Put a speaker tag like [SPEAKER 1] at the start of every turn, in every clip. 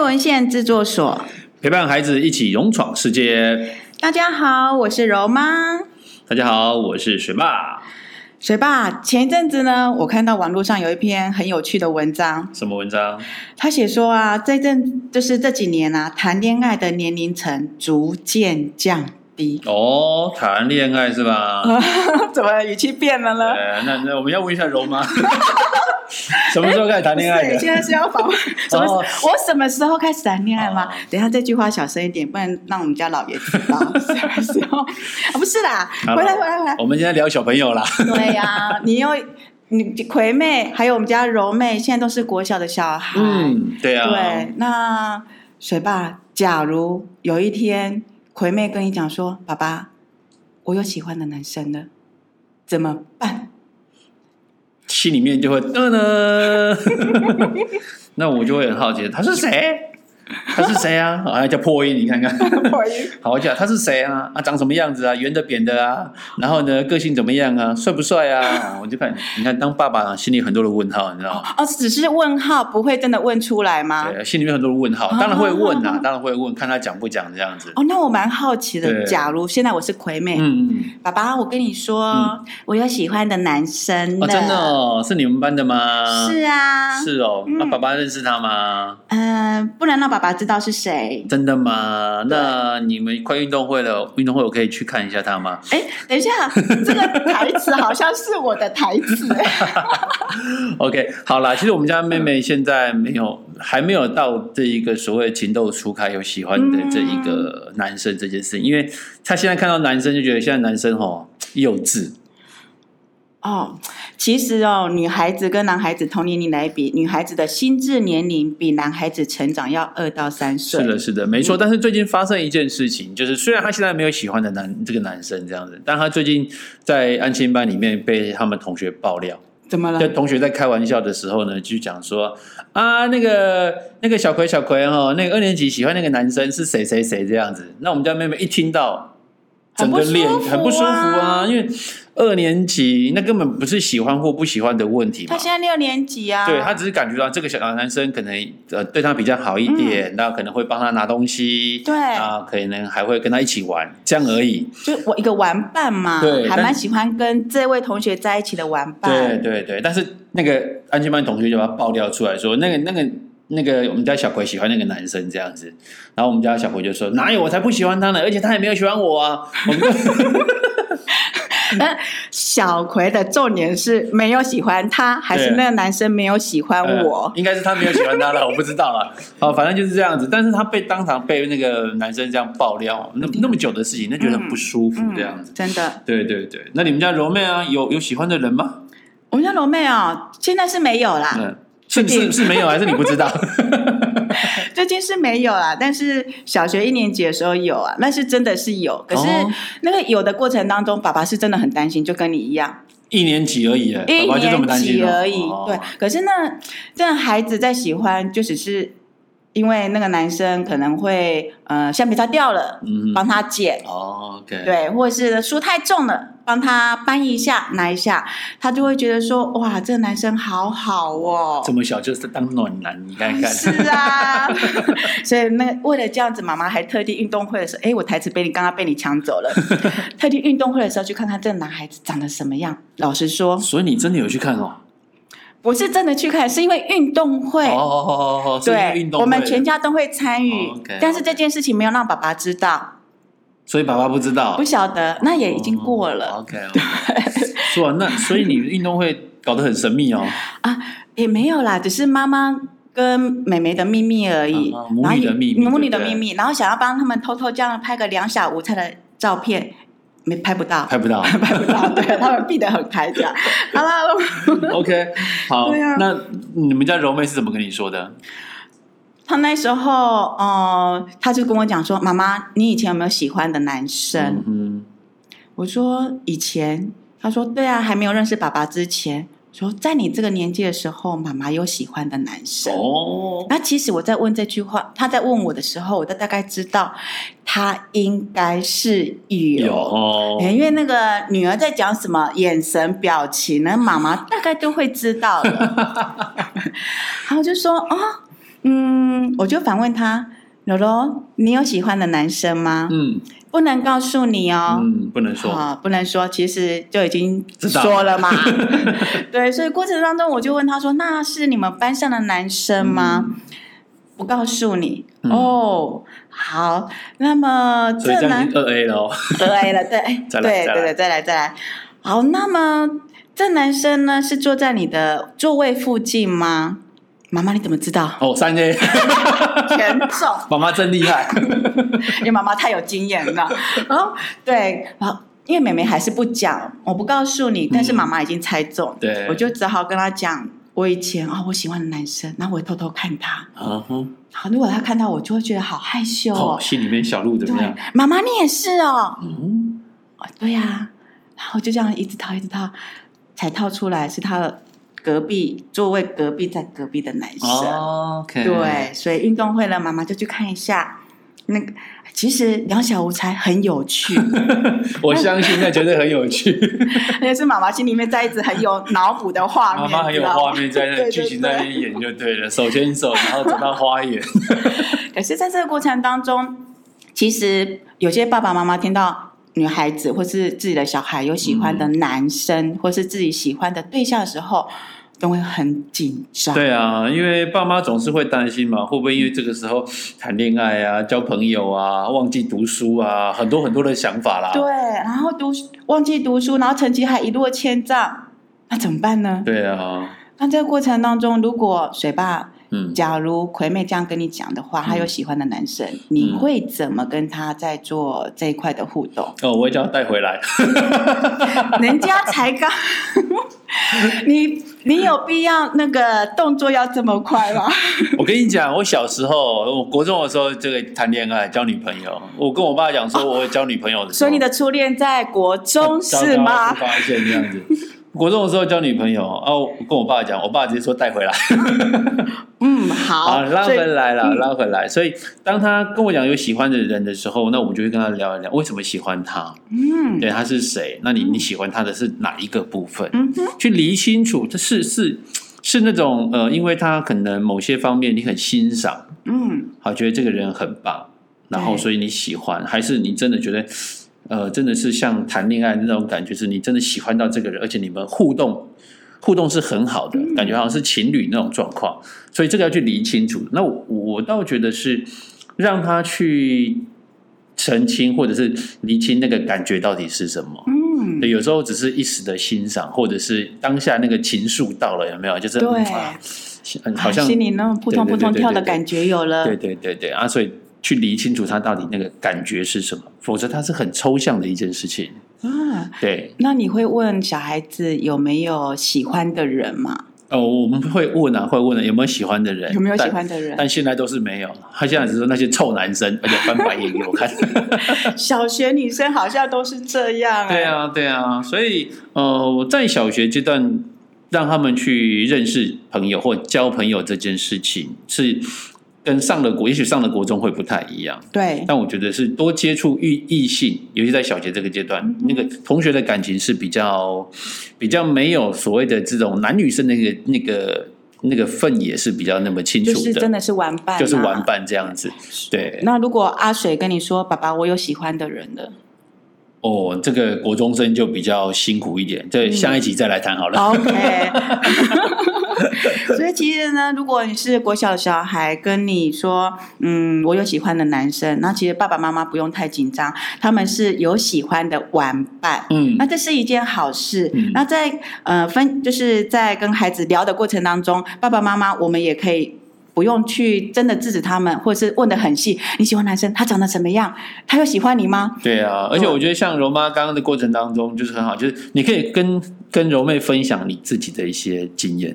[SPEAKER 1] 文献制作所。
[SPEAKER 2] 陪伴孩子一起勇闯世界。
[SPEAKER 1] 大家好，我是柔妈。
[SPEAKER 2] 大家好，我是学霸。
[SPEAKER 1] 水爸，前一阵子呢，我看到网络上有一篇很有趣的文章，
[SPEAKER 2] 什么文章？
[SPEAKER 1] 他写说啊，这阵就是这几年啊，谈恋爱的年龄层逐渐降低。
[SPEAKER 2] 哦，谈恋爱是吧？
[SPEAKER 1] 怎么语气变了呢？
[SPEAKER 2] 呃，那那我们要问一下柔妈， 什么时候开始谈恋爱
[SPEAKER 1] 不是
[SPEAKER 2] 的？
[SPEAKER 1] 现在是要 访问什么时候？我什么时候开始谈恋爱吗
[SPEAKER 2] 哦？
[SPEAKER 1] 等一下这句话小声一点，不然让我们家老爷知 道什么时候。啊，不是啦，
[SPEAKER 2] 好
[SPEAKER 1] 回来回来回来。
[SPEAKER 2] 我们现在聊小朋友啦。
[SPEAKER 1] 对呀、你又你葵妹，还有我们家柔妹，现在都是国小的小孩。，
[SPEAKER 2] 嗯，对啊，
[SPEAKER 1] 对。那水爸，假如有一天葵妹跟你讲说：“爸爸，我有喜欢的男生了，怎么办
[SPEAKER 2] 心里面就会噔噔。 那我就会很好奇，他是谁？他是谁啊？啊，叫破音，你看看。？”好讲，他是谁啊？啊，长什么样子啊？圆的、扁的啊？然后呢，个性怎么样啊？帅不帅啊？我就看，你看，当爸爸心里很多的问号，你知道吗？
[SPEAKER 1] 哦，只是问号，不会真的问出来吗？
[SPEAKER 2] 对，心里面很多的问号，当然会问啊，当然会问，看他讲不讲这样子。
[SPEAKER 1] 哦，那我蛮好奇的。
[SPEAKER 2] 对
[SPEAKER 1] 假如现在我是葵妹，
[SPEAKER 2] 嗯，
[SPEAKER 1] 爸爸，我跟你说，我有喜欢的男生
[SPEAKER 2] 嗯
[SPEAKER 1] 了，
[SPEAKER 2] 哦，真的哦，是你们班的吗？
[SPEAKER 1] 是啊，
[SPEAKER 2] 是哦，那
[SPEAKER 1] 嗯
[SPEAKER 2] 爸爸认识他吗？
[SPEAKER 1] 嗯、不能让爸爸知道是谁。
[SPEAKER 2] 真的吗？那你们快运动会了，运动会我可以去看一下他吗？
[SPEAKER 1] 哎，等一下，这个台词好像是我的台词。
[SPEAKER 2] OK，好啦，其实我们家妹妹现在没有，还没有到这一个所谓情窦初开有喜欢的这一个男生这件事，因为她现在看到男生就觉得现在男生吼幼稚，
[SPEAKER 1] 哦，其实哦，女孩子跟男孩子同年龄来比，女孩子的心智年龄比男孩子成长要二到三岁。
[SPEAKER 2] 是的，是的，没错。但是最近发生一件事情，就是虽然她现在没有喜欢的男这个男生这样子，但她最近在安亲班里面被他们同学爆料。
[SPEAKER 1] 怎么了
[SPEAKER 2] 就？同学在开玩笑的时候呢，就讲说啊，那个那个小葵小葵哦，那个二年级喜欢那个男生是谁谁谁这样子。那我们家妹妹一听到，整个脸
[SPEAKER 1] 很不舒服啊
[SPEAKER 2] 很不舒服啊，因为二年级那根本不是喜欢或不喜欢的问题
[SPEAKER 1] 他。
[SPEAKER 2] 嘛
[SPEAKER 1] 现在六年级啊。
[SPEAKER 2] 对他只是感觉到这个小男生可能呃对他比较好一点，那可能会帮他拿东西，
[SPEAKER 1] 嗯对
[SPEAKER 2] 啊，可能还会跟他一起玩，这样而已。
[SPEAKER 1] 就我一个玩伴嘛，
[SPEAKER 2] 对
[SPEAKER 1] 还
[SPEAKER 2] 但
[SPEAKER 1] 蛮喜欢跟这位同学在一起的玩
[SPEAKER 2] 对
[SPEAKER 1] 伴。
[SPEAKER 2] 对对，但是那个安全班同学就把他爆料出来说，那个那个那个我们家小葵喜欢那个男生这样子，然后我们家小葵就说哪有我才不喜欢他呢，而且他也没有喜欢我啊，我们就
[SPEAKER 1] 小葵的重点是没有喜欢他，还是
[SPEAKER 2] 对
[SPEAKER 1] 那个男生没有喜欢
[SPEAKER 2] 呃
[SPEAKER 1] 我？
[SPEAKER 2] 应该是他没有喜欢他了，我不知道了，好，反正就是这样子，但是他被当场被那个男生这样爆料，那那么久的事情，那觉得很不舒服呃这样子。
[SPEAKER 1] 嗯真的，
[SPEAKER 2] 对对对，那你们家柔妹啊，有有喜欢的人吗？
[SPEAKER 1] 我们家罗妹哦，现在是没有啦，
[SPEAKER 2] 嗯，是是是没有，还是你 不知道？
[SPEAKER 1] 最近是没有啦，但是小学一年级的时候有啊，那是真的是有。可是
[SPEAKER 2] 哦
[SPEAKER 1] 那个有的过程当中，爸爸是真的很担心，就跟你一样，
[SPEAKER 2] 一年级而已，哎
[SPEAKER 1] 一
[SPEAKER 2] 爸爸就这么
[SPEAKER 1] 年
[SPEAKER 2] 担心
[SPEAKER 1] 级
[SPEAKER 2] 哦
[SPEAKER 1] 而已。
[SPEAKER 2] 哦
[SPEAKER 1] 对，可是那这孩子在喜欢，就只是因为那个男生可能会呃橡皮擦掉了，
[SPEAKER 2] 嗯
[SPEAKER 1] 帮他捡，
[SPEAKER 2] 哦，OK，
[SPEAKER 1] 对，或者是书太重了。帮他搬一下，拿一下，他就会觉得说：“哇，这个男生好好哦。”
[SPEAKER 2] 这么小就是当暖男，你看看。
[SPEAKER 1] 是 啊，所以那个为了这样子，妈妈还特地运动会的时候，哎，我台词被你刚刚被你抢走 了。特地运动会的时候去看看这个男孩子长得什么样。老实说，
[SPEAKER 2] 所以你真的有去看哦？
[SPEAKER 1] 不是真的去看，是因为运动会。
[SPEAKER 2] 哦哦哦哦哦，是因为
[SPEAKER 1] 对
[SPEAKER 2] 运，动会
[SPEAKER 1] 我们全家都会参与
[SPEAKER 2] 哦，OK，
[SPEAKER 1] 但是这件事情没有让爸爸知道，
[SPEAKER 2] 所以爸爸不知道
[SPEAKER 1] 不，晓得，那也已经过了，
[SPEAKER 2] OK，是吧？那所以你运动会搞得很神秘 哦，
[SPEAKER 1] 也没有啦，只是妈妈跟妹妹的秘密而已
[SPEAKER 2] 啊啊，母
[SPEAKER 1] 然后
[SPEAKER 2] 女的秘密
[SPEAKER 1] 母女的
[SPEAKER 2] 对不
[SPEAKER 1] 秘
[SPEAKER 2] 对
[SPEAKER 1] 密，然后想要帮他们偷偷这样拍个两小无猜的照片，没拍不到，
[SPEAKER 2] 拍不到。
[SPEAKER 1] 办不到，对他们避得很开这样。好啦，
[SPEAKER 2] OK，好，
[SPEAKER 1] 对啊
[SPEAKER 2] 那你们家柔妹是怎么跟你说的？
[SPEAKER 1] 他那时候，呃，他就跟我讲说：“妈妈，你以前有没有喜欢的男生
[SPEAKER 2] 嗯哼，？”
[SPEAKER 1] 我说：“以前。”他说：“对啊，还没有认识爸爸之前。”说：“在你这个年纪的时候，妈妈有喜欢的男生。
[SPEAKER 2] 哦，
[SPEAKER 1] 那其实我在问这句话，他在问我的时候，我就大概知道他应该是
[SPEAKER 2] 有
[SPEAKER 1] 哎，
[SPEAKER 2] 哦，
[SPEAKER 1] 因为那个女儿在讲什么眼神、表 情，那妈妈大概都会知道了。然后就说：“哦，嗯，我就反问他，柔柔，你有喜欢的男生吗？
[SPEAKER 2] 嗯
[SPEAKER 1] 不能告诉你哦。
[SPEAKER 2] 嗯，不能说，
[SPEAKER 1] 啊，不能说，其实就已经
[SPEAKER 2] 知道
[SPEAKER 1] 说了嘛。对，所以过程当中我就问他说：“那是你们班上的男生吗？”不告诉你、
[SPEAKER 2] 嗯
[SPEAKER 1] 哦。好，那么
[SPEAKER 2] 所以
[SPEAKER 1] 这
[SPEAKER 2] 这样
[SPEAKER 1] 男
[SPEAKER 2] 已经二 A 了哦。
[SPEAKER 1] 对了，对，
[SPEAKER 2] 再
[SPEAKER 1] 对对
[SPEAKER 2] 来再来？
[SPEAKER 1] 对，再来再来。好，那么这男生呢是坐在你的座位附近吗？妈妈，你怎么知道
[SPEAKER 2] 哦，三 A，
[SPEAKER 1] 全中。
[SPEAKER 2] 妈妈真厉 害。
[SPEAKER 1] 因为妈妈太有经验了。然后对，然后因为妹妹还是不讲，我不告诉你，但是妈妈已经猜中，
[SPEAKER 2] 对
[SPEAKER 1] 我就只好跟她讲。我以前啊、我喜欢的男生，然后我会偷偷看他。
[SPEAKER 2] 啊哈，
[SPEAKER 1] 好，如果他看到我，就会觉得好害羞
[SPEAKER 2] 哦，
[SPEAKER 1] 哦。
[SPEAKER 2] 心里面小鹿怎
[SPEAKER 1] 对
[SPEAKER 2] 么样？，
[SPEAKER 1] 妈妈你也是哦。
[SPEAKER 2] 嗯，
[SPEAKER 1] 哦对呀、然后就这样一直套，一直套，才套出来是他的隔壁座位，隔壁在隔壁的男生。
[SPEAKER 2] 哦，OK，，
[SPEAKER 1] 对，所以运动会了，妈妈就去看一下。那个其实两小无猜很有 趣，
[SPEAKER 2] 我相信那绝对很有趣。
[SPEAKER 1] 那是妈妈心里面在一直很有脑补的 画面，
[SPEAKER 2] 妈妈很有
[SPEAKER 1] 知道吗
[SPEAKER 2] 画。面在那
[SPEAKER 1] 对对
[SPEAKER 2] 里，剧情在那里演就对了，手牵手，然后走到 花园。
[SPEAKER 1] 可是在这个过程当中，其实有些爸爸妈妈听到女孩子或是自己的小孩有喜欢
[SPEAKER 2] 嗯
[SPEAKER 1] 的男生，或是自己喜欢的对象的时候，都会很紧张。
[SPEAKER 2] 对啊，因为爸妈总是会担心嘛，会不会因为这个时候谈恋爱啊、交朋友啊、忘记读书啊，很多很多的想法啦。
[SPEAKER 1] 对，然后读忘记读书，然后成绩还一落千丈，那怎么办呢？
[SPEAKER 2] 对啊，
[SPEAKER 1] 那这个过程当中，如果水爸
[SPEAKER 2] 嗯，
[SPEAKER 1] 假如葵妹这样跟你讲的话，她有喜欢的男生，
[SPEAKER 2] 嗯
[SPEAKER 1] 你会怎么跟他在做这一块的互动？
[SPEAKER 2] 哦，我会叫他带回来。
[SPEAKER 1] 人家才刚， 你你有必要那个动作要这么快 吗？
[SPEAKER 2] 我跟你讲，我小时候，我国中的时候，这个谈恋爱交女朋友，我跟我爸讲说，我有交女朋友的时
[SPEAKER 1] 所
[SPEAKER 2] 候，
[SPEAKER 1] 以你的初恋在国中
[SPEAKER 2] 哦糟糕
[SPEAKER 1] 是吗
[SPEAKER 2] 就？发现这样子。国中的时候交女朋友哦，我跟我爸讲，我爸直接说带回来，
[SPEAKER 1] 嗯，好
[SPEAKER 2] 啊，，拉
[SPEAKER 1] 所以
[SPEAKER 2] 回来了，
[SPEAKER 1] 嗯
[SPEAKER 2] 拉回来。所以当他跟我讲有喜欢的人的时候，那我们就会跟他聊一聊为什么喜欢他，
[SPEAKER 1] 嗯
[SPEAKER 2] 对他是谁，那你你喜欢他的是哪一个部分，
[SPEAKER 1] 嗯哼
[SPEAKER 2] 去理清楚，这是是是那种呃，因为他可能某些方面你很欣赏，
[SPEAKER 1] 嗯
[SPEAKER 2] 好，觉得这个人很棒，然后
[SPEAKER 1] 对
[SPEAKER 2] 所以你喜欢，还是你真的觉得，呃，真的是像谈恋爱那种感觉，是你真的喜欢到这个人，而且你们互动互动是很好的，感觉
[SPEAKER 1] 嗯
[SPEAKER 2] 好像是情侣那种状况，所以这个要去理清楚。那我我倒觉得是让他去澄清，或者是厘清那个感觉到底是什么。
[SPEAKER 1] 嗯，
[SPEAKER 2] 对，有时候只是一时的欣赏，或者是当下那个情愫到了，有没有？就是
[SPEAKER 1] 对
[SPEAKER 2] 嗯啊嗯好像
[SPEAKER 1] 啊心里那种扑通扑通跳的感觉有了，
[SPEAKER 2] 对对对对啊，所以去理清楚他到底那个感觉是什么，否则它是很抽象的一件事情。
[SPEAKER 1] 啊。
[SPEAKER 2] 对，
[SPEAKER 1] 那你会问小孩子有没有喜欢的人吗？
[SPEAKER 2] 哦，我们会问啊，会问啊，有没有喜欢的人？
[SPEAKER 1] 有没有喜
[SPEAKER 2] 但？
[SPEAKER 1] 欢的人？
[SPEAKER 2] 但现在都是没有，他现在只说那些臭男生，而且翻白眼给我看。
[SPEAKER 1] 小学女生好像都是这样、
[SPEAKER 2] 对，啊，对啊，所以呃，我在小学阶段让他们去认识朋友或交朋友这件事情，是跟上了国，也许上了国中会不太一样。
[SPEAKER 1] 对，
[SPEAKER 2] 但我觉得是多接触异异性，尤其在小学这个阶段，
[SPEAKER 1] 嗯
[SPEAKER 2] 那个同学的感情是比较比较没有所谓的这种男女生那个那个那个分野是比较那么清楚
[SPEAKER 1] 就
[SPEAKER 2] 的，
[SPEAKER 1] 是真的是玩伴、啊，
[SPEAKER 2] 就是玩伴这样子。对，
[SPEAKER 1] 那如果阿水跟你说：“爸爸，我有喜欢的人 了。
[SPEAKER 2] 哦，这个国中生就比较辛苦一点，这
[SPEAKER 1] 嗯哦
[SPEAKER 2] 下一集再来谈好了。
[SPEAKER 1] ”OK，所以其实呢，如果你是国小小孩，跟你说：“嗯，我有喜欢的男生。”那其实爸爸妈妈不用太紧张，他们是有喜欢的玩伴。
[SPEAKER 2] 嗯
[SPEAKER 1] 那，这是一件好事。
[SPEAKER 2] 嗯
[SPEAKER 1] 那在呃分就是在跟孩子聊的过程当中，爸爸妈妈我们也可以。不用去真的制止他们，或者是问的很细。你喜欢男生，他长得什么样？他有喜欢你吗？
[SPEAKER 2] 对啊，而且我觉得像柔妈刚刚的过程当中，就是很好，就是你可以跟跟柔妹分享你自己的一些经验。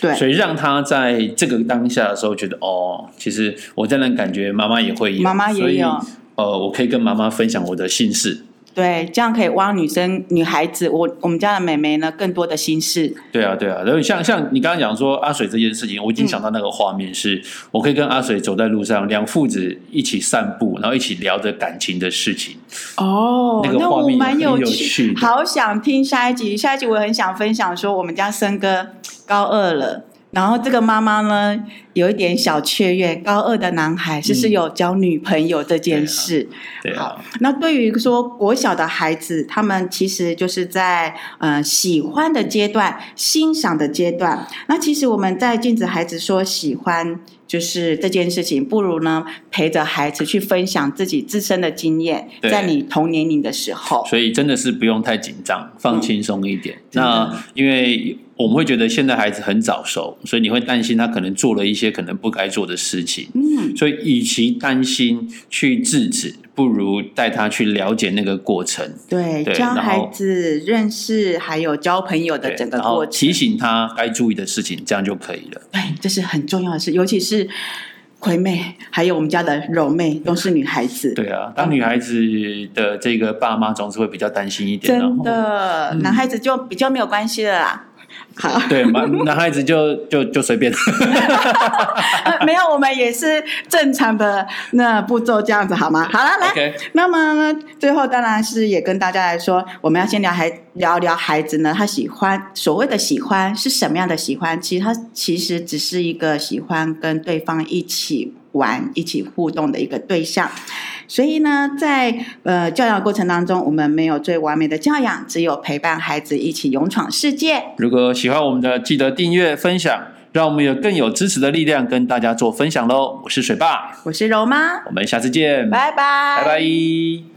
[SPEAKER 2] 所
[SPEAKER 1] 对，
[SPEAKER 2] 以让他在这个当下的时候觉得，哦，其实我真的感觉妈妈也会有，
[SPEAKER 1] 妈妈
[SPEAKER 2] 所
[SPEAKER 1] 也
[SPEAKER 2] 以
[SPEAKER 1] 有，
[SPEAKER 2] 呃，我可以跟妈妈分享我的心事，
[SPEAKER 1] 对，这样可以挖女生、女孩子，我我们家的妹妹呢，更多的心事。
[SPEAKER 2] 对啊，对啊。然后像像你刚刚讲说阿水这件事情，我已经想到那个画面是，我可以跟阿水走在路上，两父子一起散步，然后一起聊着感情的事情。
[SPEAKER 1] 哦
[SPEAKER 2] 那个画
[SPEAKER 1] 我
[SPEAKER 2] 面也
[SPEAKER 1] 蛮
[SPEAKER 2] 很有趣
[SPEAKER 1] 趣，
[SPEAKER 2] 的
[SPEAKER 1] 好想听下一集。下一集我很想分享说，我们家森哥高二了，然后这个妈妈呢有一点小雀跃，高二的男孩是不是有交女朋友这件事？
[SPEAKER 2] 嗯对啊
[SPEAKER 1] 好，那对于说国小的孩子，他们其实就是在呃喜欢的阶段、欣赏的阶段。那其实我们在禁止孩子说喜欢就是这件事情，不如呢陪着孩子去分享自己自身的经验，
[SPEAKER 2] 对
[SPEAKER 1] 在你同年龄的时候，
[SPEAKER 2] 所以真的是不用太紧张，放轻松一点。
[SPEAKER 1] 真的
[SPEAKER 2] 那因为我们会觉得现在孩子很早熟，所以你会担心他可能做了一些可能不该做的事情。
[SPEAKER 1] 嗯，
[SPEAKER 2] 所以，与其担心去制止，不如带他去了解那个过程，
[SPEAKER 1] 对，
[SPEAKER 2] 对
[SPEAKER 1] 教
[SPEAKER 2] 然后
[SPEAKER 1] 孩子认识还有交朋友的
[SPEAKER 2] 对
[SPEAKER 1] 整个
[SPEAKER 2] 然后
[SPEAKER 1] 过程，
[SPEAKER 2] 提醒他该注意的事情，这样就可以了。
[SPEAKER 1] 对，这是很重要的事，尤其是葵妹，还有我们家的柔妹，都是女孩子，
[SPEAKER 2] 对啊，
[SPEAKER 1] 嗯
[SPEAKER 2] 当女孩子的这个爸妈总是会比较担心一点，啊然
[SPEAKER 1] 真
[SPEAKER 2] 后
[SPEAKER 1] 的，嗯男孩子就比较没有关系了啦。好，
[SPEAKER 2] 对，男男孩子就就就随便。
[SPEAKER 1] 没有，我们也是正常的那步骤这样子，好吗？好了，来
[SPEAKER 2] OK，
[SPEAKER 1] 那么呢，最后当然是也跟大家来说，我们要先聊孩聊聊孩子呢，他喜欢所谓的喜欢是什么样的喜欢？其实他其实只是一个喜欢跟对方一起玩、一起互动的一个对象。所以呢，在呃教养过程当中，我们没有最完美的教养，只有陪伴孩子一起勇闯世界。
[SPEAKER 2] 如果喜欢我们的，记得订阅、分享，让我们有更有支持的力量跟大家做分享喽。我是水爸，
[SPEAKER 1] 我是柔妈，
[SPEAKER 2] 我们下次见，
[SPEAKER 1] 拜拜，
[SPEAKER 2] 拜拜